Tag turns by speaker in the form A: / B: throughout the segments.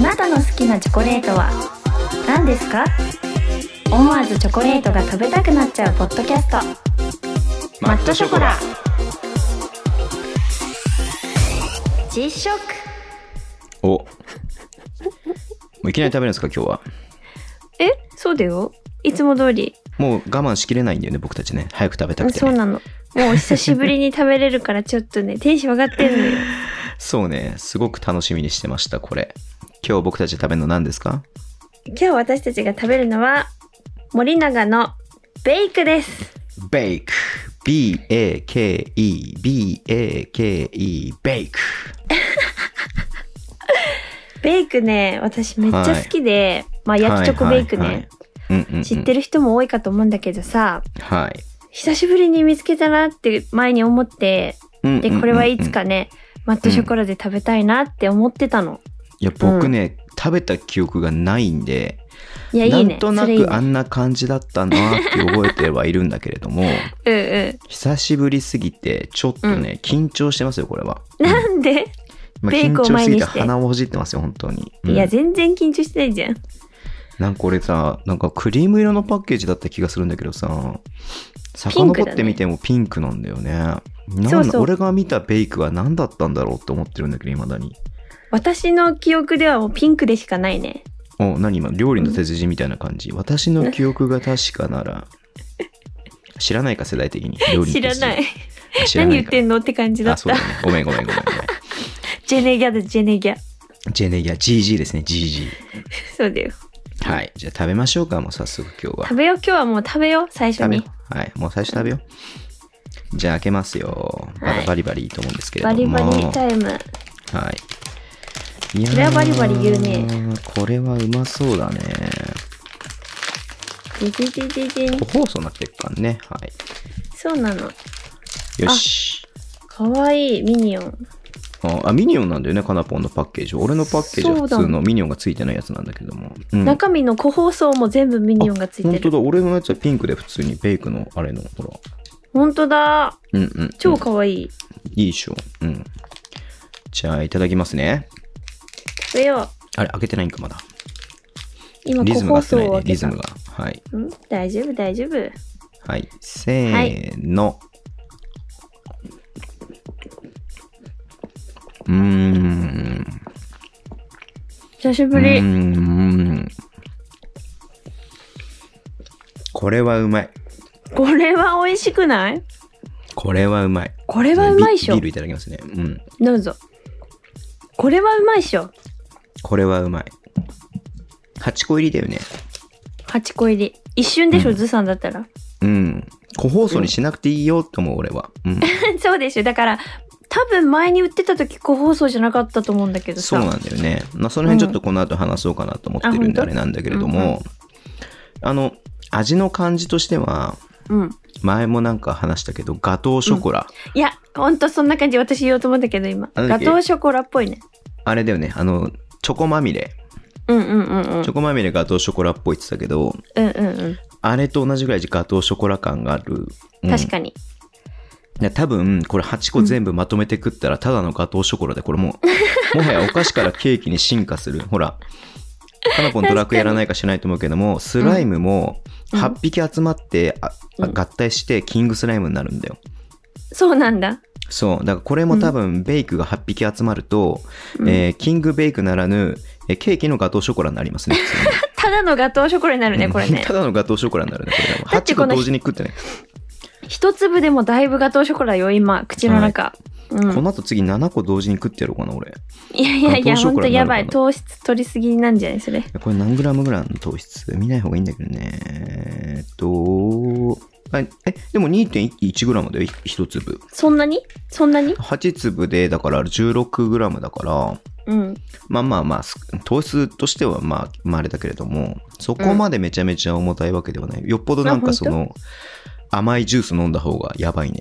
A: なたの好きなチョコレートは何ですか思わずチョコレートが食べたくなっちゃうポッドキャストマットショコラ実食
B: おもういきなり食べるんですか今日は
A: えそうだよいつも通り
B: もう我慢しきれないんだよね僕たちね早く食べたくて、ね、
A: そうなのもう久しぶりに食べれるからちょっと ねテンション上がってんのよ
B: そうねすごく楽しみにしてましたこれ今日僕たち食べるの何ですか
A: 今日私たちが食べるのは森永のベイクです
B: ベイク B-A-K-E B-A-K-E ベイク
A: ベイクね私めっちゃ好きで、まあ焼きチョコベイクね、
B: はいはいはいうんうんうん
A: 知ってる人も多いかと思うんだけどさ
B: はい
A: 久しぶりに見つけたなって前に思って
B: うんうんうんう
A: で
B: ん
A: これはいつかね、マットショコラで食べたいなって思ってたの、
B: いや僕ね、食べた記憶がないんで
A: いやいいね
B: なんとな
A: それいいね
B: くあんな感じだったなって覚えてはいるんだけれども
A: うんうん
B: 久しぶりすぎてちょっとね、緊張してますよこ れは、
A: なんで、
B: まあ
A: ベー
B: 緊
A: コン
B: 張
A: 前
B: すぎ
A: に
B: て
A: して
B: 鼻をほじってますよ本当に、うん
A: いや全然緊張してないじゃん
B: なんか俺さなんかクリーム色のパッケージだった気がするんだけどさ
A: ピンクだね
B: 遡ってみてもピンクなんだよねなん
A: そうそう
B: 俺が見たベイクは何だったんだろうって思ってるんだけどいまだに
A: 私の記憶ではもうピンクでしかないね
B: お何今料理の手筋みたいな感じ、私の記憶が確か なら知らないか世代的に料理の
A: 知
B: 手
A: ら
B: 筋
A: ない
B: あ知ら
A: 何
B: ない
A: 言ってんのって感じだ
B: の
A: っ
B: あそう
A: た
B: だねごめんごめんごめんごめん
A: ジェネギャだジェネギャ
B: ジェネギア GG ですね GG
A: そうだよ
B: はいじゃあ食べましょうかもう早速今日は
A: 食べよう今日はもう食べよう最初
B: 食べよ
A: に
B: うはいもう最初食べようじゃあ開けますよまだバリバリいいと思うんですけれど
A: バ
B: も
A: リバリタイム
B: はいいやー
A: それはバリバリ言うね
B: これはうまそうだね
A: ジジジジジン
B: 個包装になってるからねはい
A: そうなの
B: よし
A: かわいいミニオン
B: ああミニオンなんだよねカナポンのパッケージ俺のパッケージは
A: そう
B: 普
A: だ
B: 通のミニオンがついてないやつなんだけども、うん、
A: 中身の個包装も全部ミニオンがついて
B: 本当
A: る
B: だ俺のやつはピンクで普通にベイクのあれのほら
A: 本当だ
B: うんうん、うん、
A: 超かわいい、
B: いいでしょうんじゃあいただきますね
A: 食べよう
B: あれ開けてないんかまだ
A: 今
B: リ
A: 個
B: ズムが合
A: 包装を
B: ってない
A: 開
B: ねリ
A: け
B: ズ
A: た
B: ムがはい
A: うん大丈夫大丈夫
B: はいせーの、うーん
A: 久し
B: う
A: ぶり、
B: ーんこれはうまい
A: これは美味しくない
B: これはうまい
A: これはうまいっしょ
B: ビビールいただきますねうん
A: どうぞこれはうまいっしょ
B: これはうまい8個入りだよね
A: 8個入り一瞬でしょ、ずさんだったら
B: うん個包装にしなくていいよと思う俺は、うん、
A: そうでしょだから多分前に売ってた時個包装じゃなかったと思うんだけどさ
B: そうなんだよね、まあ、その辺ちょっとこの後話そうかなと思ってるんで
A: あ
B: あれなんだけれども、
A: うん
B: あの味の感じとしては
A: うん
B: 前もなんか話したけどガトーショコラ、
A: いやほんとそんな感じ私言おうと思ったけど今
B: あ
A: ガトーショコラっぽいね
B: あれだよねあのチョコまみれ
A: うんうんうんうん
B: チョコまみれガトーショコラっぽいって言ってたけど
A: うんうんうん
B: あれと同じぐらいガトーショコラ感がある、うん
A: 確かに、
B: いや多分これ8個全部まとめて食ったらただのガトーショコラでこれも うもはやお菓子からケーキに進化するほらカナポンドラクエやらないかしないと思うけどもスライムも
A: うん
B: 8匹集まって、ああ合体してキングスライムになるんだよ
A: そうなんだ
B: そうだからこれも多分ベイクが8匹集まると、
A: うん
B: えーキングベイクならぬえーケーキのガトーショコラになりますね普通に
A: ただのガトーショコラになるねこれね
B: ただのガトーショコラになるねこれ
A: だって
B: 8
A: こ
B: 個
A: の
B: 同時に食ってね
A: 一粒でもだいぶガトーショコラよ今口の中、うん
B: この後次7個同時に食ってやろうかな俺
A: いやいやい
B: ガ
A: や、
B: トーシ
A: ほ
B: ョ
A: ん
B: コ
A: と
B: ラにな
A: や
B: るか
A: ば。
B: ない
A: 糖質取りすぎなんじゃないそれ。
B: これ何グラムぐらいの糖質見ない方がいいんだけどね。えーっと、あえ、でも2.1グラムだよ、1粒。
A: そんなにそんなに
B: 8粒で、だから16グラムだか
A: う
B: ら、
A: ん。
B: まあまあまあ、す糖質としてはまあ、まああれだけれども、そこまでめちゃめちゃ重たいわけではない。よっぽどなんかその、甘いジュース飲んだ方がやばいね。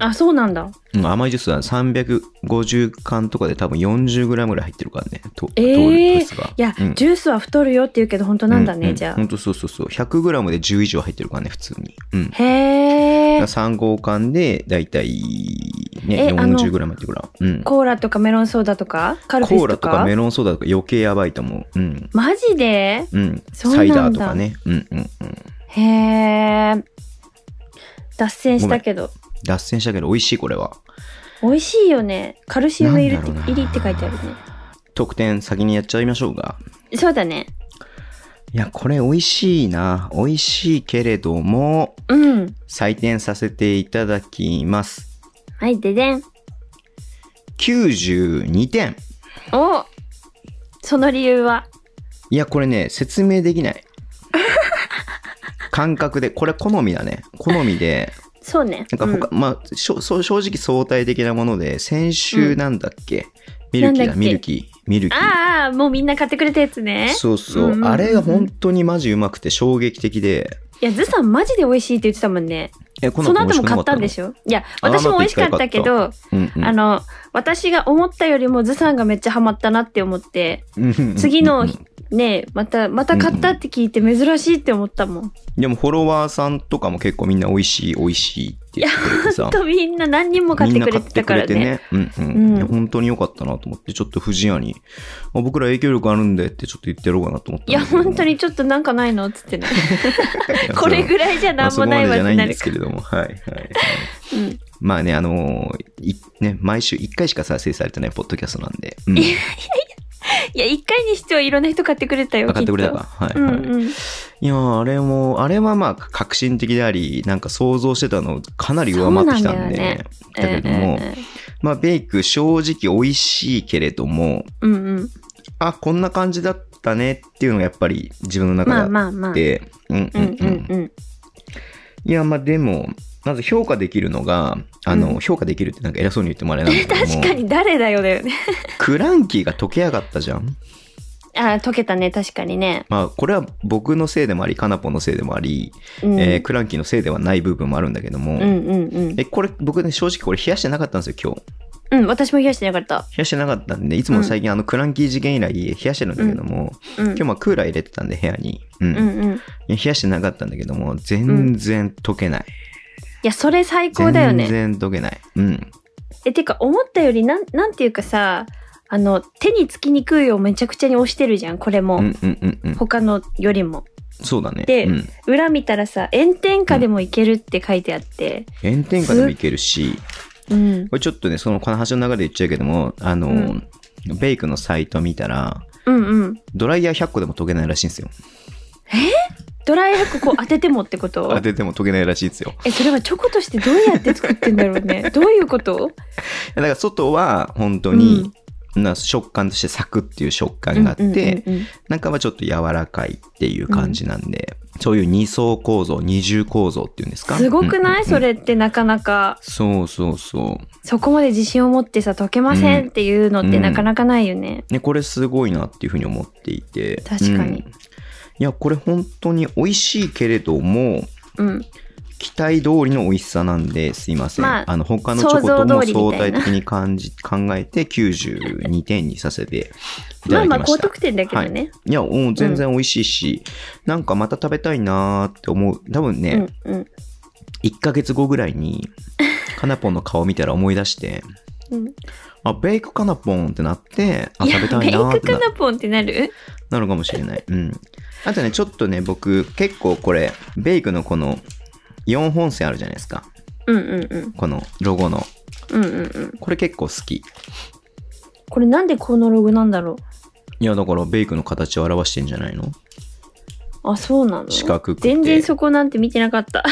A: あ、そうなんだ。
B: うん、甘いジュースは350缶とかで多分40グラムぐらい入ってるからね、と糖
A: ええ
B: 質が。
A: いや、
B: うん
A: ジュースは太るよって言うけど、ほんとなんだね、
B: う
A: じゃ
B: ほんとそうそうそう。100グラムで10以上入ってるからね、普通に。うん。
A: あ。へえ。
B: 3号館でだいたいね、
A: えあの
B: 40g ってぐらい。うん。コ
A: コーラとかメロンソーダとかカルピ
B: ー
A: ス
B: ラ
A: と
B: と
A: か
B: かメロンソーダとか余計やばいと思う。うん。
A: マジで
B: うん。
A: そうなん
B: サ
A: だ
B: イダーとかね。うんうんうん。
A: へえ脱線したけど
B: 脱線したけど美味しいこれは。
A: 美味しいよねカルシウム入りって
B: なんだろうな
A: 入りって書いてあるね
B: 特典先にやっちゃいましょうか。
A: そうだね
B: いや、これ美味しいな。美味しいけれども、
A: うん
B: 採点させていただきます。
A: はいででん
B: 92点。
A: おその理由はい
B: や、これね、説明で きない。感覚で、これ好みだね。好みで、
A: そうね
B: なんか他、まあ、しょそう正直相対的なもので、先週なんだっけ、ミ
A: な
B: ルキー
A: んだっ
B: だ、
A: け
B: ミルキー、ミル
A: うん
B: キー。
A: ああもうみんな買ってくれたやつね
B: そうそう、
A: うんうんうんうん
B: あれが本当にマジうまくて衝撃的で、
A: いやずさんマジで美味しいって言ってたもんね
B: え、こ
A: その後も買ったんで
B: ょ
A: しょいや
B: あ
A: 私も美味しかったけど
B: うんうん
A: あの私が思ったよりもずさんがめっちゃハマったなって思って次の日ねまたまた買ったって聞いて珍しいって思ったもん
B: でもフォロワーさんとかも結構みんな美味しい美味しいって言ってくれて
A: ほ
B: さ
A: んとみんな何人も買って
B: みんな
A: くれ
B: 買ってて
A: た
B: く
A: か
B: れ
A: ら
B: て
A: ね
B: ねうんうん、
A: うん
B: いや本当に良かったなと思ってちょっと不二家にあ僕ら影響力あるんでってちょっと言ってやろうかなと思った
A: い
B: んだ
A: や
B: けど
A: 本 当にちょっとなんかないのっつってね
B: いや
A: これぐらいじゃ
B: まあ
A: なん
B: そ
A: も
B: こ
A: な
B: ま
A: い
B: で
A: わ
B: じ
A: っ
B: ゃな
A: て
B: いん
A: な
B: で
A: る
B: すけれどもはいはい、はい、
A: うん
B: まあねあのーいね毎週1回しか再生されてないポッドキャストなんで、うん、
A: いや一回にしてはいろんな人買ってくれたよ
B: 分かってくれたか
A: きっ
B: はい、
A: とうん
B: はい
A: うん
B: いやーあれもあれはまあ革新的でありなんか想像してたのをかなり上回ってきた
A: そ
B: んで
A: うなんだよね
B: だけれども、まあベイク正直美味しいけれども
A: うんうんうんうん
B: あこんな感じだったねっていうのがやっぱり自分の中で
A: まあ
B: あ
A: まあまあ
B: っ。てうん
A: う
B: うんん
A: う
B: うん
A: んうん。
B: いやまあでもまず評価できるのがあ
A: う
B: の、
A: ん
B: 評価できるってなんか偉そうに言ってもあれなんだけども
A: 確かに誰だよだよね。
B: クランキーが溶けやがったじゃん
A: あー、溶けたね、確かにね。
B: まあこれは僕のせいでもありかなぽのせいでもあり、
A: うん
B: えークランキーのせいではない部分もあるんだけども、
A: うんうんうん。
B: えこれ僕ね正直これ冷やしてなかったんですよ今日
A: うん、私も冷やしてなかった。
B: 冷やしてなかったんでいつも最近あのクランキー事件以来冷やしてるんだけども、
A: うん。
B: 今日まあクーラー入れてたんで部屋に、う
A: う
B: ん
A: んうん。い
B: 冷やしてなかったんだけども全然溶けない、
A: や、それ最高だよ
B: 全
A: ね。
B: 然溶けないうん
A: え、てか、思ったより、なん、なんていうかさ、あの、手につきにくいをめちゃくちゃに押してるじゃん、これ
B: う
A: も。
B: んうんうんうん
A: 他のよりも。
B: そうだね
A: で
B: うん、
A: 裏見たらさ、炎天下でもいけるって書いてあって。
B: 炎天下でもいけるし
A: うん。
B: これちょっとねそのこの話の流れで言っちゃうけどもあの、
A: うん
B: ベイクのサイト見たら
A: うんうん。
B: ドライヤー100個でも溶けないらしいんですよ
A: ドライヤーこう当ててもってこと
B: 当てても溶けないらしいんですよ
A: え、それはチョコとしてどうやって作ってんだろう ね。どういうこと
B: だから外は本当に、な食感としてサクっていう食感があって、
A: うんうんうん
B: 中はちょっと柔らかいっていう感じなんで、そういう二層構造二重構造っていうんですか
A: すごくない、
B: うんうんうん
A: それってなかなか
B: そうそうそ
A: そこまで自信を持ってさ解けませんっていうのってなかなかないよね。
B: う、ね、これすごいなっていうふうに思っていて
A: 確かに
B: うんいやこれ本当に美味しいけれども
A: うん、
B: 期待通りの美味しさなんですいません、
A: まあ
B: の他のチョコと
A: 想像
B: も
A: 通りみ
B: 相
A: たい
B: 対
A: な
B: 的に感じ考えて92点にさせていた
A: ま
B: だ
A: あ
B: きました
A: まあ高得点だけどね。
B: いや、もう全然美味しいし、なんかまた食べたいなーって思う。多分ね、
A: うんうん
B: 1ヶ月後ぐらい に、かなぽんの顔見たら思い出して、
A: うん、
B: あ、ベイクかなぽんってなって、あ、
A: いや
B: 食べたいなー
A: メ
B: っ
A: イク
B: て
A: カ
B: な
A: ナポンってなる
B: なるかもしれない。うん。あとね、ちょっとね、僕、結構これ、ベイクのこの、4本線あるじゃないですか。
A: うんうんうん
B: このロゴの。
A: うんうんうん
B: これ結構好き。
A: これなんでこのログなんだろ
B: いや、だからベイクの形を表してんじゃないの
A: うあそうなの
B: 四角くて。
A: 全然そこなんて見てなかった。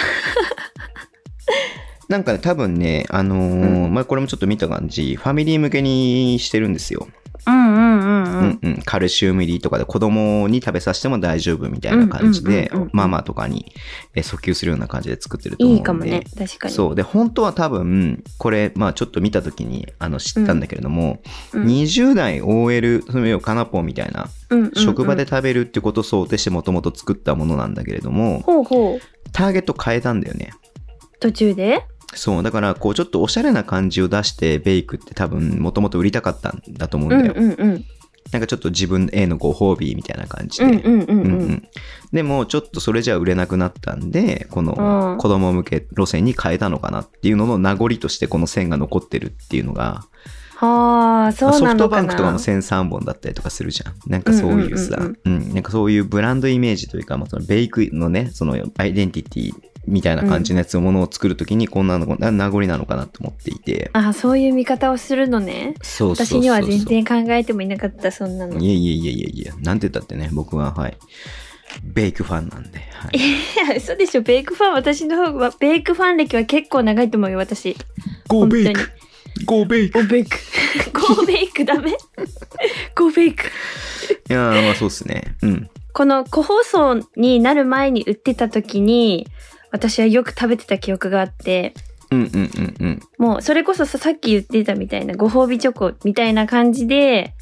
B: なんかね、多分ね、あのーまあ、これもちょっと見た感じ、ファミリー向けにしてるんですよ。
A: うんうんうん
B: う
A: うんん。
B: うん、カルシウム入りとかで子供に食べさせても大丈夫みたいな感じで
A: うんうんうんうん、
B: ママとかにえー訴求するような感じで作ってると思う
A: い
B: んで。
A: いかもね確かに。
B: そう。で、本当は多分、これ、まあちょっと見た時に、あの、知ったんだけれども、
A: うん
B: 20代 OL、その要はカナポンみたいな、
A: うんうんうん
B: 職場で食べるってことを想定してもともと作ったものなんだけれども、
A: ほうほう
B: ターゲット変えたんだよね。
A: 途中で
B: そう、だから、こう、ちょっとおしゃれな感じを出して、ベイクって多分、もともと売りたかったんだと思うん
A: う
B: だ
A: ん
B: よ。
A: うんうん
B: なんかちょっと自分へのご褒美みたいな感じで。
A: うんうんうんう
B: うんうんんでもちょっとそれじゃ売れなくなったんでこ
A: うん
B: の子供向け路線に変えたのかなっていうのの名残としてこの線が残ってるっていうのが
A: はあ、そう
B: ソ
A: な
B: フ
A: の
B: ト
A: かな。
B: バンクとかも線3本だったりとかするじゃんなんかそういうさ、
A: うんうん
B: うんなんかそういうブランドイメージというか、まあ、そのベイクのねそのアイデンティティみたいな感じのやつをものを作るときにこんなのな名残なのかなと思っていて、
A: あ、そういう見方をするのね。
B: そうそう
A: 私
B: そうそう
A: には全然考えてもいなかった、そんなの。
B: いやいやいやいやいやなんて言ったってね僕ははいベイクファンなんで、はい、
A: いや、 嘘でしょ。ベイクファン、私の方が、ベイクファン歴は結構長いと思うよ、私。
B: ゴーベイ
A: 本
B: クゴーベイク
A: おベイ ク。ゴーベイクダ メゴーベイク。
B: いやーまあそうっすねうん
A: この個包装になる前に売ってた時に、私はよく食べてた記憶があって、
B: うんうんうんうん
A: もうそれこそささっき言ってたみたいなご褒美チョコみたいな感じで、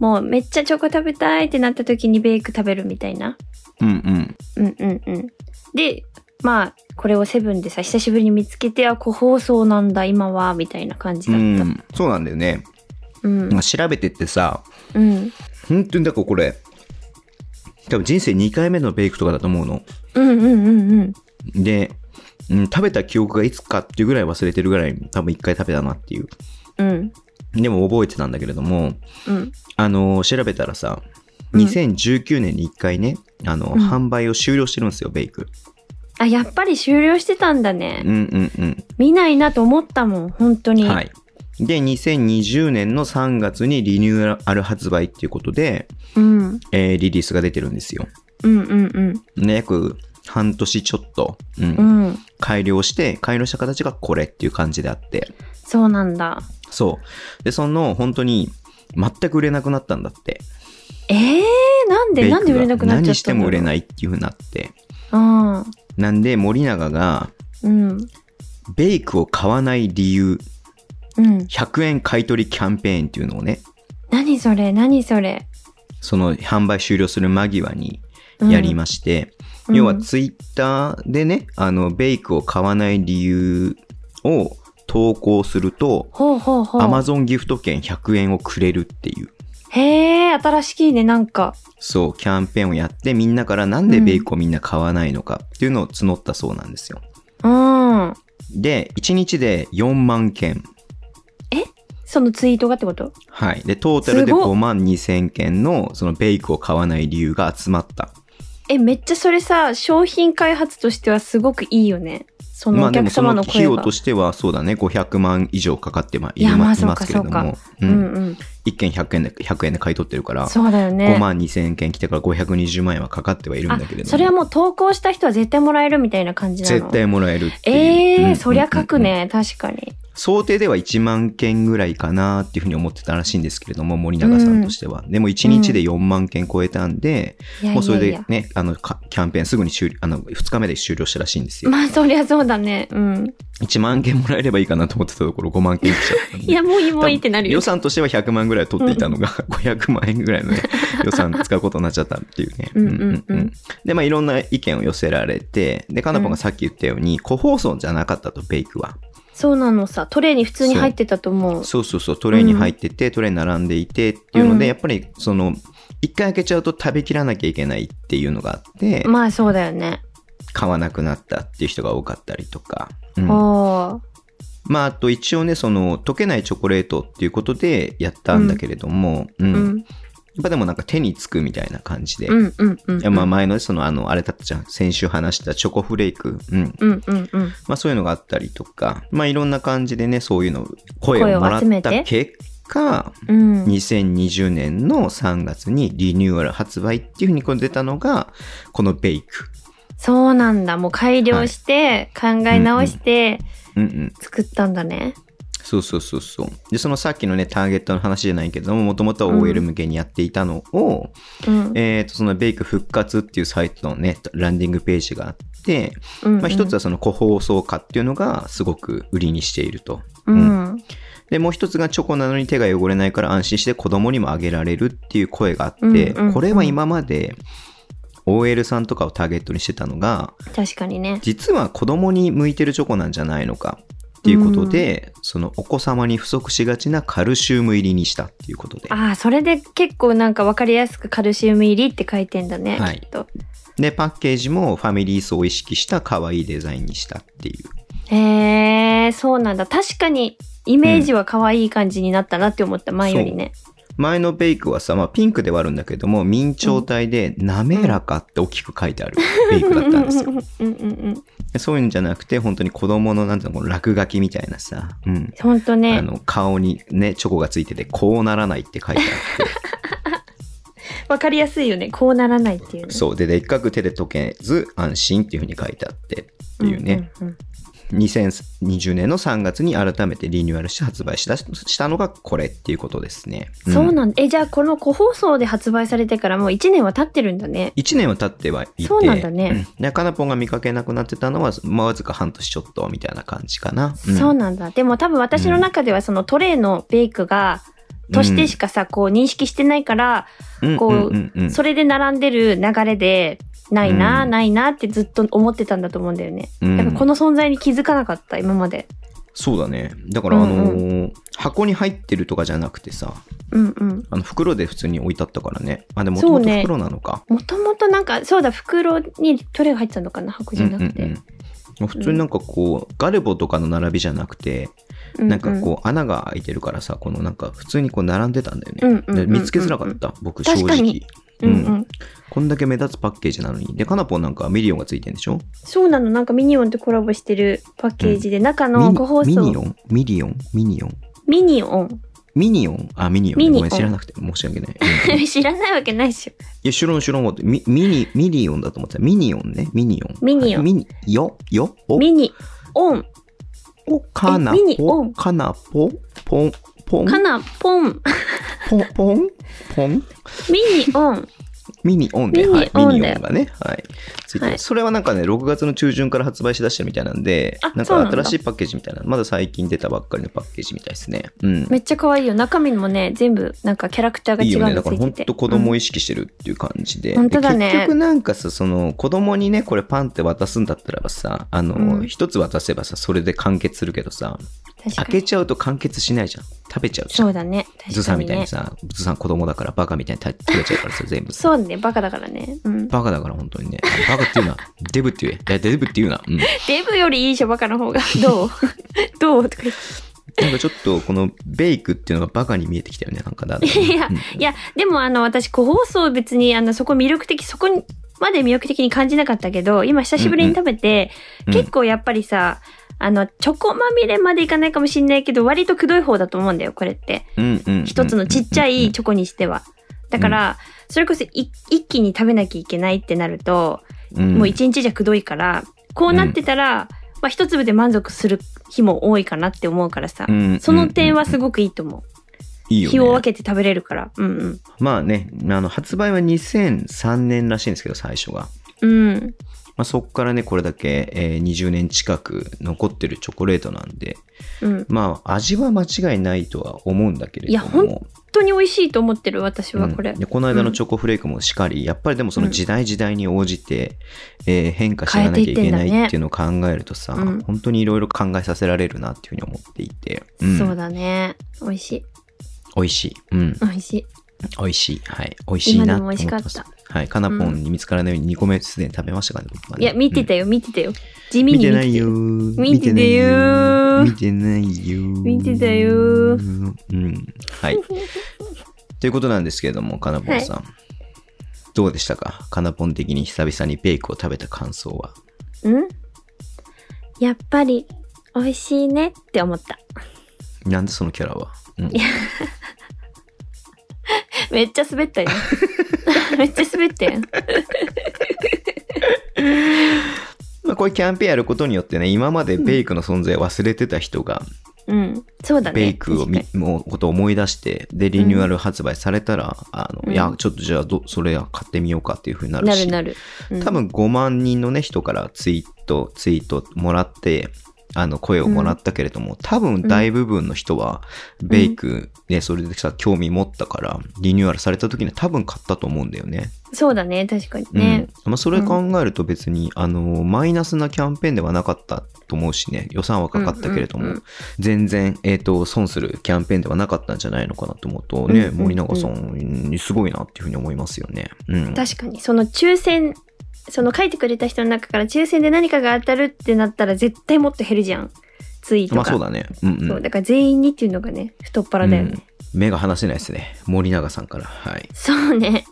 A: もうめっちゃチョコ食べたいってなった時にベイク食べるみたいな。
B: うんうん
A: うんうんうん。で、まあ、これをセブンでさ、久しぶりに見つけて、あ、個包装なんだ、今は、みたいな感じ
B: う
A: だった。
B: んそうなんだよね、
A: うん
B: まあ、調べてってさ
A: うん。
B: 本当にだからこれ多分人生2回目のベイクとかだと思うの
A: うんうんうんうん。
B: で、うん、食べた記憶がいつかっていうぐらい忘れてるぐらい多分1回食べたなっていう
A: うん。
B: でも覚えてたんだけれども
A: うん。
B: あのー調べたらさ
A: うん
B: 2019年に1回ね、あの
A: うん
B: 販売を終了してるんですよベイク
A: あ、やっぱり終了してたんだね
B: う。んうんうん
A: 見ないなと思ったもん、本当に。
B: はい。で、2020年の3月にリニューアル発売っていうことで、
A: うん。うん
B: えーリリースが出てるんですよ。
A: うんうん。
B: ね、約半年ちょっと、うん
A: うん。
B: 改良して、改良した形がこれっていう感じであって。
A: そうなんだ。
B: そう。で、その、本当に、全く売れなくなったんだって。
A: ええー、なんで、
B: ベイクが
A: なんで売れなくなっちゃったんだろう
B: 何しても売れないっていうふうになって。
A: ああ。
B: なんで、森永が、
A: うん。
B: ベイクを買わない理由、
A: うん。
B: 100円買い取りキャンペーンっていうのをね、
A: 何それ、何それ。
B: その販売終了する間際に
A: うん
B: やりまして、
A: うん
B: 要はツイッターでね、あの、ベイクを買わない理由を投稿すると、
A: ほうほうほう。
B: アマゾンギフト券100円をくれるっていう、
A: へえ、新しいね、なんか。
B: そう、キャンペーンをやって、みんなからなんでベイクをみんな買わないのかっていうのを募ったそうなんですよ。
A: うん。
B: で、1日で4万件。
A: そのツイートがってこと
B: はい。で、トータルです
A: ごっ
B: 5万2千件の、そのベイクを買わない理由が集まった。
A: え、めっちゃそれさ、商品開発としてはすごくいいよね。その
B: まあ
A: お
B: で
A: 客
B: もそ
A: 様
B: の
A: の
B: 費
A: 声が。
B: 用としては、そうだね、500万以上かかってまい
A: いやまあ
B: ます
A: そうか
B: けれども、
A: う
B: う、
A: んんうん。
B: 1件100円で、100円で買い取ってるから、
A: そうだよ
B: 5
A: ね。
B: 万2千件来てから520万円はかかってはいるん
A: あ
B: だけれども。
A: それはもう投稿した人は絶対もらえるみたいな感じなの
B: 絶対もらえるっていう。
A: ええ
B: うんうんうん
A: そりゃ書く。ね、確かに。
B: 想定では1万件ぐらいかなっていうふうに思ってたらしいんですけれども、森永さんとしては。でも1日で4万件超えたんで、
A: いやいやいや
B: もうそれでね、あの、かキャンペーンすぐに終了、あの、2日目で終了したらしいんですよ。
A: まあそりゃそうだね。うん。
B: 1万件もらえればいいかなと思ってたところ5万件来ちゃったんで。
A: いや、もういいもういいってなるよ
B: 予。算としては100万ぐらい取っていたのが、500万円ぐらいの、 ね、予算使うことになっちゃったっていうね。
A: うんうんうん
B: で、まあいろんな意見を寄せられて、で、かなぽんがさっき言ったように、個包装じゃなかったと、ベイクは。
A: そうなのさ、トレイに普通に入ってたと思う。
B: そうそうそう、トレイに入ってて、トレイに並んでいてっていうので、
A: うん
B: やっぱりその、一回開けちゃうと食べきらなきゃいけないっていうのがあって、
A: まあそうだよね。
B: 買わなくなったっていう人が多かったりとか。うん
A: おー
B: まあ、あと一応ね、その、溶けないチョコレートっていうことでやったんだけれども、うん
A: う
B: や
A: ん。
B: っぱでもなんか手につくみたいな感じで、
A: うんうんうん。
B: いやまあ前のそのあのあれだったじゃん先週話したチョコフレーク、うん
A: うんうんうん。
B: まあ、そういうのがあったりとか、まあ、いろんな感じでねそういうの声
A: 声
B: を
A: を
B: もらっ
A: 集めて
B: た結果
A: うん。
B: 2020年の3月にリニューアル発売っていうふうにこれ出たのがこのベイク、
A: そうなんだ。もう改良して、考え直して、
B: うんうん、
A: 作ったんだね。
B: そうそうそうそうでそのさっきのねターゲットの話じゃないけどももともとは OL 向けにやっていたのを、
A: うん。
B: えー、とそのベイク復活っていうサイトのねランディングページがあって、
A: うん
B: まあ、一つはその個包装化っていうのがすごく売りにしていると。
A: うん。うん。
B: で、もう一つがチョコなのに手が汚れないから安心して子供にもあげられるっていう声があって、
A: うんうんうん
B: これは今まで OL さんとかをターゲットにしてたのが、
A: 確かにね。
B: 実は子供に向いてるチョコなんじゃないのかっっていうことで、そのお子様に不足しがちなカルシウム入りにしたっていうことで。
A: ああ、それで結構なんかわかりやすくカルシウム入りって書いてんだね。
B: はい
A: きっと。
B: で、パッケージもファミリー層を意識した可愛いデザインにしたっていう。
A: へえ、そうなんだ。確かにイメージは可愛い感じになったなって思った、前よりね。
B: 前のベイクはさ、まあ、ピンクではあるんだけども、明朝体で滑らかって大きく書いてあるベイクだったんですよ。
A: うんうんうん。
B: でそういうんじゃなくて、本当に子供のなんていうの、この落書きみたいなさ、うん。
A: ほんと
B: あ
A: ね。
B: の、顔にね、チョコがついてて、こうならないって書いてあって。
A: わかりやすいよね。こうならないっていうね。
B: そう。で、でっかく手で溶けず安心っていうふうに書いてあってっていうね。
A: んうんうん。
B: 2020年の3月に改めてリニューアルして発売しだしたのがこれっていうことですね。
A: そう
B: の
A: なんだ。え、じゃあこの個包装で発売されてからもう1年は経ってるんだね。
B: 1年は経ってはいて。
A: そうなんだね
B: うん。でかなぽんが見かけなくなってたのは、まあ、わずか半年ちょっとみたいな感じかな。ん
A: そうなんだ。でも多分私の中ではそのトレイのベイクが、としてしかさ、こう認識してないから、
B: うん
A: こうん
B: んうん
A: それで並んでる流れで、ないな、
B: うん
A: ないなってずっと思ってたんだと思うんだよね。
B: うん
A: だからこの存在に気づかなかった、今まで。
B: そうだね。だから、あのー
A: う
B: 箱に入ってるとかじゃなくてさ、
A: うんうん。
B: あの袋で普通に置いてあったからね。あ、でも、もと
A: そう
B: もと
A: ね
B: 袋なのか。
A: もともとなんか、そうだ、袋にトレイが入ってたのかな、箱じゃなくて。
B: うんうんうん、普通になんかこう、ガルボとかの並びじゃなくて、
A: うう
B: なんかこう穴が開いてるからさこのなんか普通にこう並んでたんだよね、
A: うんうんうんうん
B: で見つけづらかった僕正
A: 確かに
B: 直
A: うんうん。
B: うんこんだけ目立つパッケージなのにでかなぽんなんかミリオンがついてるんでしょ
A: そうなの、なんかミニオンとコラボしてるパッケージで、中
B: ミ
A: の
B: ニ
A: 個包
B: ミ
A: 装
B: ニオンミリオンミニオン
A: ミニオン。
B: ミニオンあミニオンね
A: ミニ
B: ご
A: オン
B: めん知らなくて申し訳ない、うんい
A: 知らないわけないっしょ。
B: や知らん知らんわってミミニミリオンだと思ってたミニオンねミニオン
A: ミニオン
B: ミニよよお
A: ミニオン。
B: おかな
A: えミニオ
B: ぽ
A: ン
B: かなぽぽんぽん
A: かな、ポン。
B: ぽんぽんぽん
A: ミニオン。
B: ミニオンで、
A: ミニオン
B: は
A: で
B: い、ミニオンがね、はい、ついてる
A: はい
B: それはなんかね、6月の中旬から発売しだしてるみたいなんで
A: あ、
B: なん
A: そう
B: か
A: なんだ
B: 新しいパッケージみたいな、まだ最近出たばっかりのパッケージみたいですね。うん。
A: めっちゃ可愛いよ。中身もね、全部なんかキャラクターが
B: いい
A: 違う
B: よね。
A: の
B: だ
A: つ
B: から
A: いて
B: 本
A: て。
B: 当子供を意識してるっていう感じで。
A: うん本当だね
B: で結局なんかさ、その子供にね、これパンって渡すんだったらばさ、あ
A: う
B: の、
A: ん
B: 一、つ渡せばさ、それで完結するけどさ、
A: うん確
B: 開
A: かに
B: けちゃうと完結しないじゃん。食べちゃうじゃ。
A: そうんだね。確かにね
B: ずさんみたいにさ、ずさん子供だからバカみたいに食べちゃ うからさ、全部さ。
A: そうね、バカだからね。うん。
B: バカだから本当にね。バカって言 うな。デブって言え。いやデブって言うな。うん。なん
A: デブよりいいでしょ、バカの方が。どう どうとか言っ
B: かちょっとこのベイクっていうのがバカに見えてきたよね。なんかだんだん
A: て。いや
B: うん、
A: いや、でもあの、私、個包装別に、あの、そこ魅力的、そこまで魅力的に感じなかったけど、今久しぶりに食べて、
B: うん
A: 結構やっぱりさ、あの、チョコまみれまでいかないかもしんないけど、割とくどい方だと思うんだよ、これって。
B: うんうんうん
A: 一つのちっちゃいチョコにしては。だから、それこそい一気に食べなきゃいけないってなると、もう一日じゃくどいから、こうなってたら、まあ一粒で満足する日も多いかなって思うからさ、その点はす
B: ご
A: ごくいいと思。
B: いうい
A: 日を
B: よ、ね。
A: 分けて食べれるから。うん
B: まあね、あの、発売は2003年らしいんですけど、最初が。
A: うん。うん。
B: まあ、そこからね、これだけ、えー20年近く残ってるチョコレートなんで、
A: うん。本
B: まあ、味は間違いないとは思うんだけれども。
A: いやほん当に美味しいと思ってる、私はこれ。
B: うんでこの間のチョコフレークもしかり、やっぱりでもその時代時代に応じて、えー変化していかなきゃいけない
A: 変え
B: ってて
A: い
B: いうのを考えるとさ、
A: うん
B: 本当にいろいろ考えさせられるなっていうふうに思っていて、うん
A: そうだね。美味しい。
B: 美味しい、うん、
A: 美味しい。
B: 美味しいはい美味しいなと思って
A: 今でも美味
B: ま
A: し
B: す
A: かっ
B: はいかなぽんに見つからないように2個目すでに食べましたからね僕はね
A: いや、見てた
B: よ、
A: よ、見てたよ。地
B: うん
A: 味に見
B: 見
A: て
B: て
A: た
B: ないよ。
A: 見ててよー
B: 見てないよ
A: 見てたよー
B: うん はいということなんですけれども、かなぽんさん。どうでしたかかなぽん的に久々にベイクを食べた感想は。
A: うんやっぱり、美味しいねって思った。
B: なんでそのキャラは、うん
A: めっちゃ滑った よ。めっちゃ滑ったよ。
B: まあ、こういうキャンペーンやることによってね、今までベイクの存在を忘れてた人が、
A: うん。そうだね。
B: ベイクを
A: 確か
B: 見、
A: に
B: もうことを思い出して、で、リニューアル発売されたら、あの、
A: うん
B: いや、ちょっとじゃあど、それは買ってみようかっていうふうになる
A: な
B: し、
A: るなる。うん
B: 多分5万人のね、人からツイート、ツイートもらって、あの、声をもらったけれども、多分大部分の人は、ベイク、ね、それでさ、興味持ったから、リニューアルされた時には多分買ったと思うんだよね。
A: そうだね、確かにね。
B: うん。まあ、それ考えると別に、あの、マイナスなキャンペーンではなかったと思うしね、予算はかかったけれども、
A: うんうんうん
B: 全然、えっ、と、損するキャンペーンではなかったんじゃないのかなと思う
A: う
B: と、ね、
A: んうんうん
B: 森永さんにすごいなっていうふうに思いますよね。うん。
A: 確かに、その抽選、その書いてくれた人の中から抽選で何かが当たるってなったら絶対もっと減るじゃん。ツイートが。
B: まあそうだね。うんうん。
A: そうだから全員にっていうのがね、太っ腹だよね。
B: うん目が離せないですね。森永さんから。はい。
A: そうね。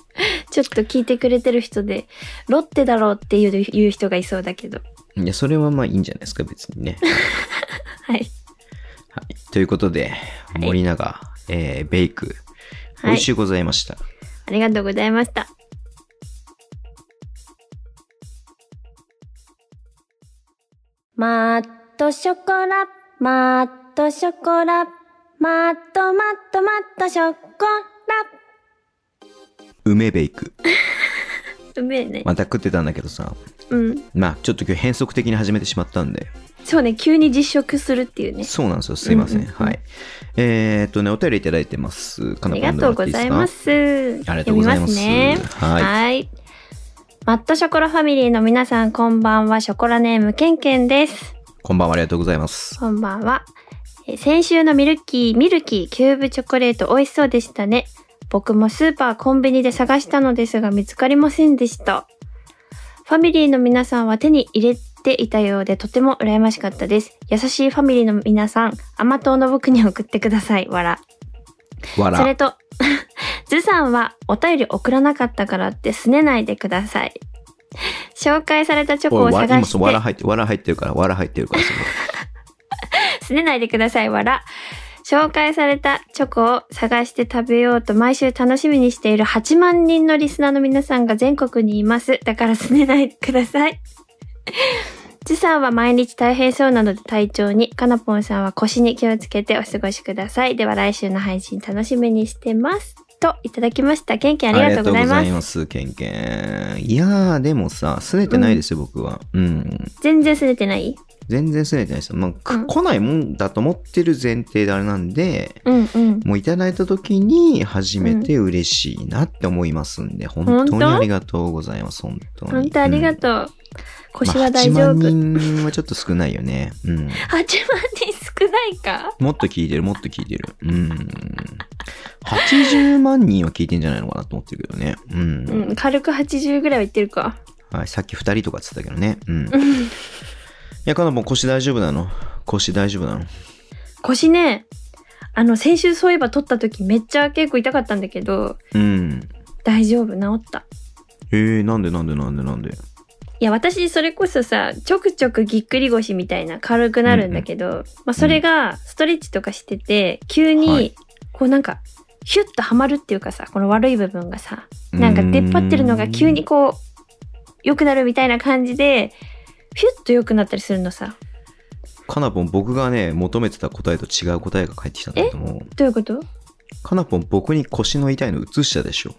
A: ちょっと聞いてくれてる人で、ロッテだろうっていう言う人がいそうだけど。
B: いや、それはまあいいんじゃないですか、別にね。
A: はい。
B: はい、ということで、
A: い
B: 森永、えーベイク、
A: は
B: 美
A: い
B: 味しゅうございました。
A: ありがとうございました。
C: マットショコラ、マットショコラ、マットマットマットショコラ。
B: 梅ベイク。
A: うめえね。
B: また食ってたんだけどさ、
A: うん。
B: まあちょっと今日変則的に始めてしまったんで、
A: そうね、急に実食するっていうね。
B: そうなんですよ、すいませ
A: う
B: ん。
A: んうんうん
B: はい。えー、っとね、お便りいただいてます。か
A: あ
B: な
A: り
B: ぽ
A: が
B: んでも
A: とうご
B: らってで
A: ざ
B: す
A: い
B: か
A: ます。
B: ありがとうございます。
A: 読みますね。
B: はい。
A: はい。マットショコラファミリーの皆さん、こんばんは。ショコラネームケンケンです。
B: こんばんは、ありがとうございます。
A: こんばんは。えー先週のミルキー、ミルキーキューブチョコレート美味しそうでしたね。僕もスーパー、コンビニで探したのですが見つかりませんでした。ファミリーの皆さんは手に入れていたようでとても羨ましかったです。優しいファミリーの皆さん、甘党の僕に送ってください。わら。
B: わ
A: それ
B: ら。
A: と、 ズさんはお便り送らなかったからってすねないでください。紹介されたチョコ
B: お
A: を
B: い、わ今
A: 探
B: そうわら
A: して、
B: 入って、わら入ってるから、わら入ってるから、そ
A: すねないでください、わら。紹介されたチョコを探して食べようと毎週楽しみにしている8万人のリスナーの皆さんが全国にいます。だからすねないでください。ズさんは毎日大変そうなので体調に、かなぽんさんは腰に気をつけてお過ごしください。では来週の配信楽しみにしてます。といただきました。ケンケンありがとうござい
B: あ
A: ま
B: り
A: す
B: が。す、ケンケン。いやー、でもさ、すねてないですよ、僕は。うん。
A: 全然すれてない
B: 全然すねてないですよ。まあ、く
A: うん
B: 来ないもんだと思ってる前提であれなんで、
A: うんうん。
B: もういただいた時に初めて嬉しいなって思いますんで、本当にありがとうございます、本当に。
A: 本当ありが
B: うん。
A: とう。腰は
B: まあ
A: 大丈夫。8
B: 8
A: 万
B: 万人はちょっと少ないよね。うん。
A: 人少ないか
B: もっと聞いてる、もっと聞いてる。うん。80万人は聞いてんじゃないのかなと思ってるけどね。うん
A: うん、軽く80ぐらいはいってるか。
B: はい、さっき2人とかって言ってたけどね。うん。いや、かなぽん腰大丈夫なの腰大丈夫なの
A: 腰ね、あの、先週そういえば撮った時めっちゃ結構痛かったんだけど、
B: うん。
A: 大丈夫、治った。
B: えー、なんでなんでなんでなんで
A: いや、私、それこそさ、ちょくちょくぎっくり腰みたいな軽くなるんだけど、まあ、それが、ストレッチとかしてて、急
B: は
A: に
B: い、
A: こうなんか、ヒュッとはまるっていうかさ、この悪い部分がさ、なんか出っ張ってるのが急にこう、良くなるみたいな感じで、ヒュッと良くなったりするのさ。
B: うーんかなぽん僕がね求めてた答えと違う答えが返ってきたんだけども
A: どういうこと
B: かなぽん僕に腰の痛いの移したでしょ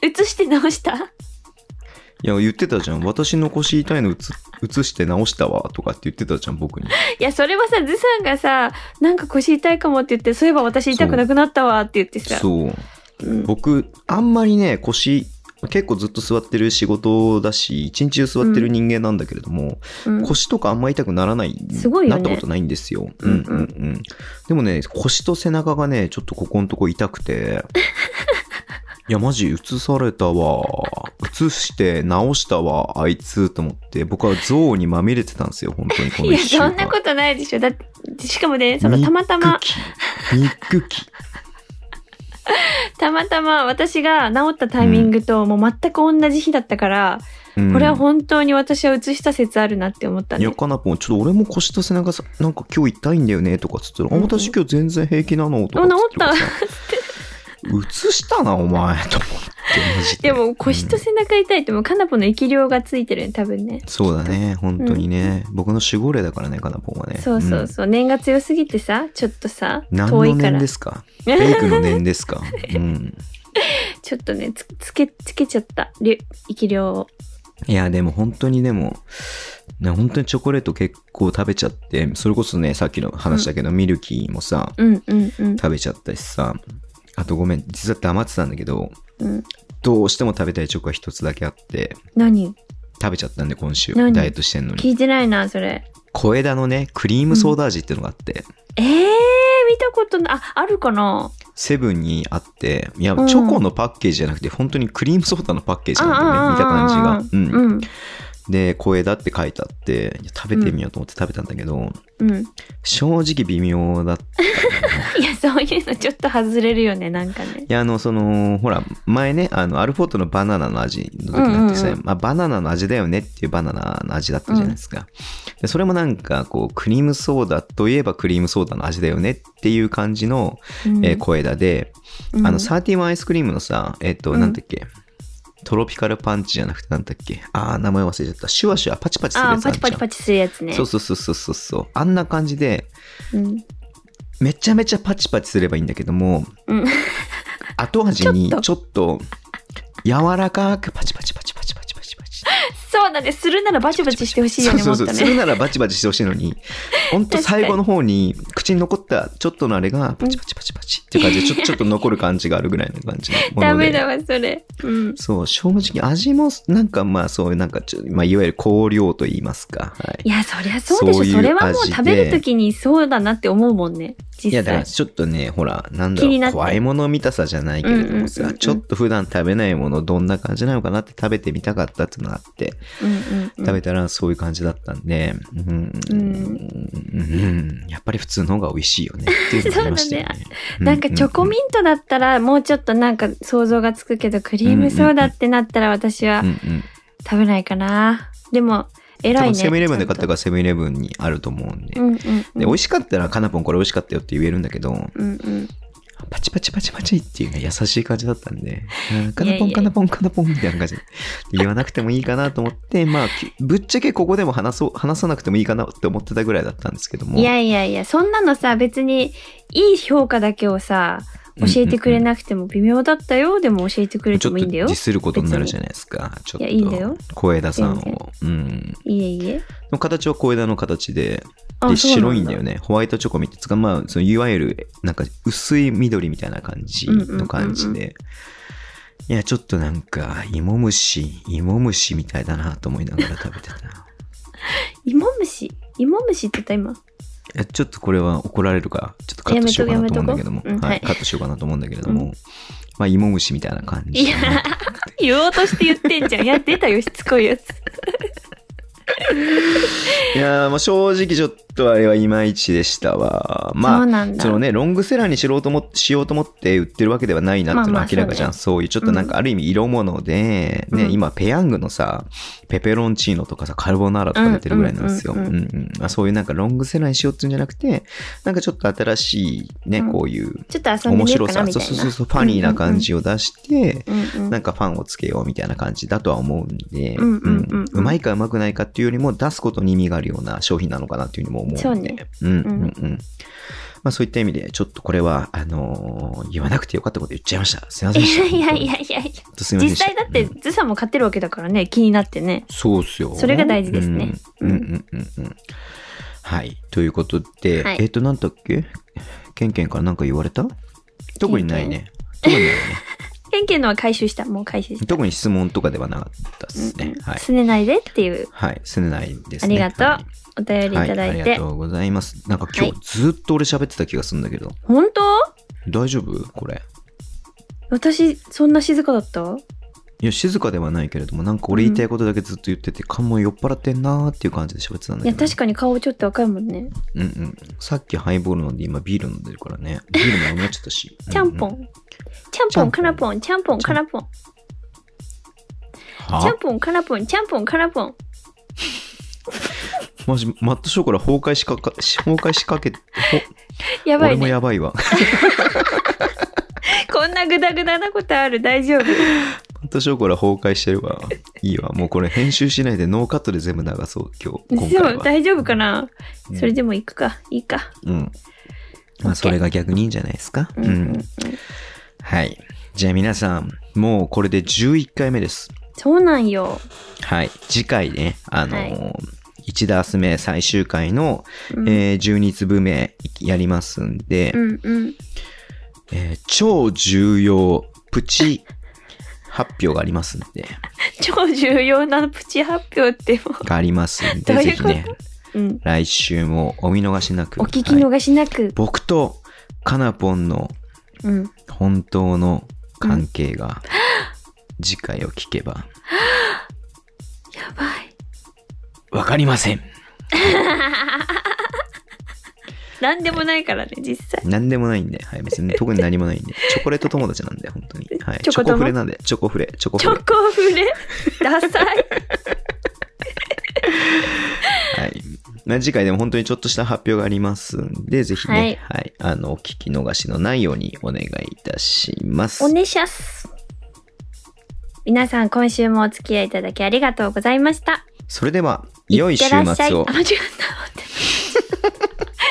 A: 映して直した
B: いや言ってたじゃん私の腰痛いの移移して直したわとかって言ってたじゃん僕に
A: いや、それはさ、ズさんがさ、なんか腰痛いかもって言って、そういえば私痛くなくなったわって言ってさ。
B: そう
A: うん
B: 僕あんまりね腰結構ずっと座ってる仕事だし一日中座ってる人間なんだけれども、
A: うん
B: 腰とかあんま痛くならない、
A: すごいよ
B: な
A: ね
B: ったことないんですよ。
A: う
B: うんん
A: う
B: うんんうん。でもね、腰と背中がね、ちょっとここのとこ痛 くて。いや、マジ、移されたわ。移して、直したわ、あいつ、と思って。僕は憎悪にまみれてたんですよ、本当にこ
A: い
B: の
A: や、
B: 一週
A: そ
B: 間。
A: んなことないでしょ。だって、しかもね、そのたまたま、
B: 肉気。肉気。
A: たまたま私が治ったタイミングと、もう全く同じ日だったから、
B: うん
A: これは本当に私は移した説あるなって思った
B: い
A: ね
B: や、。かなぽん、ちょっと俺も腰と背中さ、なんか今日痛いんだよね、とかっつったら、
A: うん
B: あ、私今日全然平気なの、とかっつって
A: あ治
B: 映したな、お前、と思って、マジ
A: でも腰と背中痛いってもうカナポの力量がついてるね、多分ね。
B: そうだね、本当にね。僕の守護霊だからね、かなぽんはね。
A: そうそうそう、念が強すぎてさ、ちょっとさ、
B: うん何
A: 遠
B: の
A: いから
B: 念で。すかベイクの念ですかうん。
A: ちょっとね、つつけ、つけちゃった、り力量を。
B: いや、でも本当にでも、ね、本当にチョコレート結構食べちゃって、それこそね、さっきの話だけど、ミルキーもさ、
A: うんうんうん
B: 食べちゃったしさ、あとごめん、実は黙ってたんだけど、
A: うん。
B: どうしても食べたいチョコが一つだけあって、
A: 何
B: 食べちゃったんで今週、
A: 何
B: ダイエットしてんのに。
A: 聞いてないな、それ。
B: 小枝のね、クリームソーダ味っていうのがあって、
A: えー、見たことない。あ、あるかな
B: セブンにあって、いや、
A: うん
B: チョコのパッケージじゃなくて、本当にクリームソーダのパッケージなんだよね、見た
A: ああああああ
B: 感じが。うん
A: うん。
B: で、小枝って書いてあって、いや食べてみようと思って食べたんだけど、
A: うん。
B: 正直微妙だった。い
A: いや、そういうのちょっと外れるよね、なんかね。
B: や、あの、その、ほら、前ね、あの、アルフォートのバナナの味の時があってさ、
A: うんうんう
B: まあ、バナナの味だよねっていうバナナの味だったじゃないですか。でそれもなんか、こう、クリームソーダといえばクリームソーダの味だよねっていう感じの、
A: うん
B: えー小枝で、あの、サーティワンアイスクリームのさ、えっ、と、
A: うん
B: なんだっけ、トロピカルパンチじゃなくてなんだっけ、あー、名前忘れちゃった。シュワシュワパチパチする
A: あ
B: や
A: ー
B: つ
A: パ
B: あるじ
A: チ
B: ゃ
A: パチ
B: ん。
A: パチするやつね。
B: そうそうそうそうそう。あんな感じで、
A: うん
B: めちゃめちゃパチパチすればいいんだけども、
A: うん
B: 後味に
A: ちょっと
B: ちょっと柔らかくパチパチパチパチパチパチパチ。
A: そうなんです。するならバチバチしてほしいよね、
B: そ
A: も
B: う
A: っ
B: そ
A: と
B: うそう。それ
A: ね。
B: ならバチバチしてほしいのに、ほんと最後の方に口に残ったちょっとのあれがパチパチパチパチっていう感じでちょちょっと残る感じがあるぐらいの感じのもので。
A: ダメだわ、それ。うん。
B: そう、正直味もなんかまあそういうなんかちょ、まあ、いわゆる香料と言いますか。はい
A: いや、そりゃそうでしょ。
B: そういう
A: それはもう
B: 味で
A: 食べるときにそうだなって思うもんね。
B: いや
A: 実
B: だから
A: 際。
B: ちょっとねほらなんだろ
A: 気になっ
B: う
A: て
B: 怖いもの見たさじゃないけれどもさ、
A: うんうんうんうん
B: ちょっと普段食べないものどんな感じなのかなって食べてみたかったっていうのがあって、
A: うんうんうん
B: 食べたらそういう感じだったんでうん、
A: うん
B: うんやっぱり普通の方が美味しいよねっていうのがありましたよ
A: そう
B: ね
A: なんかチョコミントだったらもうちょっとなんか想像がつくけど、クリームソーダってなったら私は
B: うんうんうん
A: 食べないかな。でも、
B: 多
A: 偉いね。
B: 分セブンイレブンで買った
A: か
B: からセブンイレブンにあると思うんで,、
A: うんうんうん。
B: で美味しかったらかなぽんこれ美味しかったよって言えるんだけど、
A: うんうん。
B: パチパチパチパチっていうね、優しい感じだったんで、うんカ
A: いや
B: ナポンカナポンカナポンみたいな感じで言わなくてもいいかなと思って、まあ、きぶっちゃけここでも話そう、話さなくてもいいかなって思ってたぐらいだったんですけども。
A: いやいやいや、そんなのさ、別にいい評価だけをさ、教えてくれなくても微妙だったよ。でも教えてくれ
B: ち
A: て
B: ょっ
A: も
B: と
A: いいんだよ
B: ディ。スることになるじゃないですか。ちょっ
A: い
B: と。
A: やいいんだよ
B: 小枝さん
A: 全
B: を。うん。
A: いえいえ。
B: の形は小枝の形で、
A: あ
B: で、
A: そうな
B: 白いんだよね。ホワイトチョコミってつか、まあ、そのいわゆる、なんか薄い緑みたいな感じの感じ
A: うんうん
B: で。いや、ちょっとなんか、芋虫、芋虫みたいだなと思いながら食べて た。
A: 芋虫芋虫って言った今。
B: えちょっとこれは怒られるから、ちょっとカットしようかなと思うんだけども、
A: やめとこやめとこうん
B: は、
A: はいい
B: カットしようかなと思うんだけれども、
A: う
B: まあ、芋虫みたいな感じ。
A: いや言おうとして言って んじゃん。やってたよ、しつこいやつ。
B: いやーもう正直ちょっとあれはいまいちでしたわ。ま
A: そ
B: あ
A: う、なんだ。
B: そのね、ロングセラーにしろうとも、しようと思って売ってるわけではないなっていうの
A: まあまあ
B: は明らかじゃん。そういうちょっとなんかある意味色物で、
A: うん
B: ね、今ペヤングのさ、ペペロンチーノとかさ、カルボナーラとか出てるぐらいなんですよ。う
A: うんん
B: う
A: うんん
B: まあそういうなんかロングセラーにしようっていうんじゃなくて、なんかちょっと新しいね、
A: うん
B: こういう
A: ちょっと遊んで
B: 面
A: みよう
B: 白
A: かなみ
B: さ、そ
A: た
B: う
A: いな。
B: そうそうそう、ファニーな感じを出して、
A: うんうん。うんうん
B: なんかファンをつけようみたいな感じだとは思うんで、
A: うんうんうんうん
B: うまいかうまくないかっていうよりも出すことに意味があるような商品なのかなっていうふうにも思う
A: そうん
B: で、
A: ね
B: うんうんうん。まあそういった意味で、ちょっとこれは、あのー言わなくてよかったこと言っちゃいました。すいませんでし た。
A: いやい
B: 本
A: やいやいや。
B: 当にすいませんで
A: 実
B: した
A: 際だって、
B: うん
A: ズさんも買ってるわけだからね、気になってね。
B: そうっすよ。
A: それが大事ですね
B: うん。うんうんうんうん。はい。ということで、
A: はい
B: えっ、と、なんだっけケンケンから何か言われた特にないね。特にないね。
A: ケンケンのは回収した。もう回収した。
B: 特に質問とかではなかったです
A: うん
B: ね
A: う。ん
B: はい。
A: すねないでっていう。
B: はい、すねないです
A: あ
B: ね。
A: りがとう。
B: はい
A: お便りいただ
B: はい
A: い
B: ありが
A: て。
B: とうございます。なんか今日
A: は
B: ずっと俺喋ってた気がするんだけど、
A: 本当
B: 大丈夫これ。
A: 私、そんな静かだった
B: いや、静かではないけれども、なんか俺言いたいことだけずっと言ってて、勘も酔っ払ってんなーっていう感じで喋ってたん
A: い
B: だけ
A: や、
B: どね、
A: 確かに顔ちょっと赤いもんね。。
B: うんうん。さっきハイボール飲んで、今ビール飲んでるからね。ビールもなくなっちゃったし
A: ちゃんぽ。
B: ううん
A: ちゃんぽん、かなぽん、ちゃんぽん、かなぽん。ちゃ
B: は
A: んぽん、かなぽん、ちゃんぽん、かなぽん。
B: マジ、マットショーから崩壊しかか、し崩壊しかけて、
A: や
B: ほ
A: ば
B: 俺
A: い
B: も
A: ね。
B: やばいわ。
A: こんなグダグダなことある。大丈夫。
B: マットショーから崩壊してるわ。いいわ。もうこれ編集しないでノーカットで全部流そう、今日。今
A: そ
B: 回
A: う、
B: は。
A: 大丈夫かな、
B: うん
A: それでも行くか。いいか。
B: うん。ま
A: OK
B: あ、それが逆にいいんじゃないですか。
A: う
B: うんん。
A: うんうん
B: はい。じゃあ皆さん、もうこれで11回目です。
A: そうなんよ。
B: はい。次回ね、あのー
A: は
B: 1 1ダース目最終回の、えー12粒目やりますんで、
A: うんうん
B: えー超重要プチ発表がありますんで、
A: 超重要なプチ発表っても
B: がありますんで、
A: どうい
B: ぜ
A: うこ
B: ひ
A: と
B: ね、
A: う、うん、
B: 来週もお見逃しなく。
A: お聞き
B: はい
A: 逃しなく、
B: 僕とカナポンの
A: うん、
B: 本当の関係が、次回を聞けば
A: やばい
B: わかりません。
A: なんでもないからね実際
B: なんでもないんで、はい、別に特に何もないんで、チョコレート友達なんで、本当に。はい、
A: チ
B: チ
A: ョコ友
B: ョコフレなんで、チョコフレ、チョコ
A: チ
B: フ
A: ョコフ レダサい
B: レ。はい。まあ次回でも本当にちょっとした発表がありますんで、ぜひね、はい、あの、お聞き逃しのないようにお願いいたします。
A: おねしゃす皆さん今週もお付き合いいただきありがとうございました
B: それでは、良い週
A: ってらっしゃい
B: 末
A: あ
B: を。
A: 間違え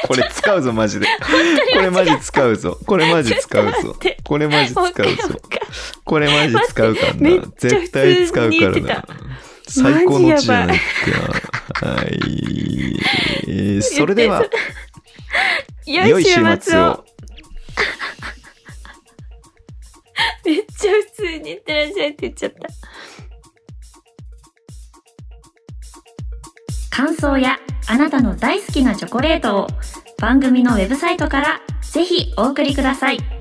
B: これ使うぞ、マジで。これマジ使うぞ。これマジ使う
A: ちょっと
B: ぞ
A: 待って。
B: これマジ
A: たもう
B: 使
A: 一
B: う
A: 回
B: ぞ
A: もう。一回
B: これマジ使うから
A: 待って
B: な
A: めっ。ちゃ
B: 絶対使
A: 普
B: う
A: 通に
B: か
A: 言っ
B: ら
A: て
B: な。最高の地じゃないか。 はい。えーそれで は、
A: 良い週末を。めっちゃ普通にいってらっしゃいって言っちゃった
C: 感想やあなたの大好きなチョコレートを番組のウェブサイトからぜひお送りください。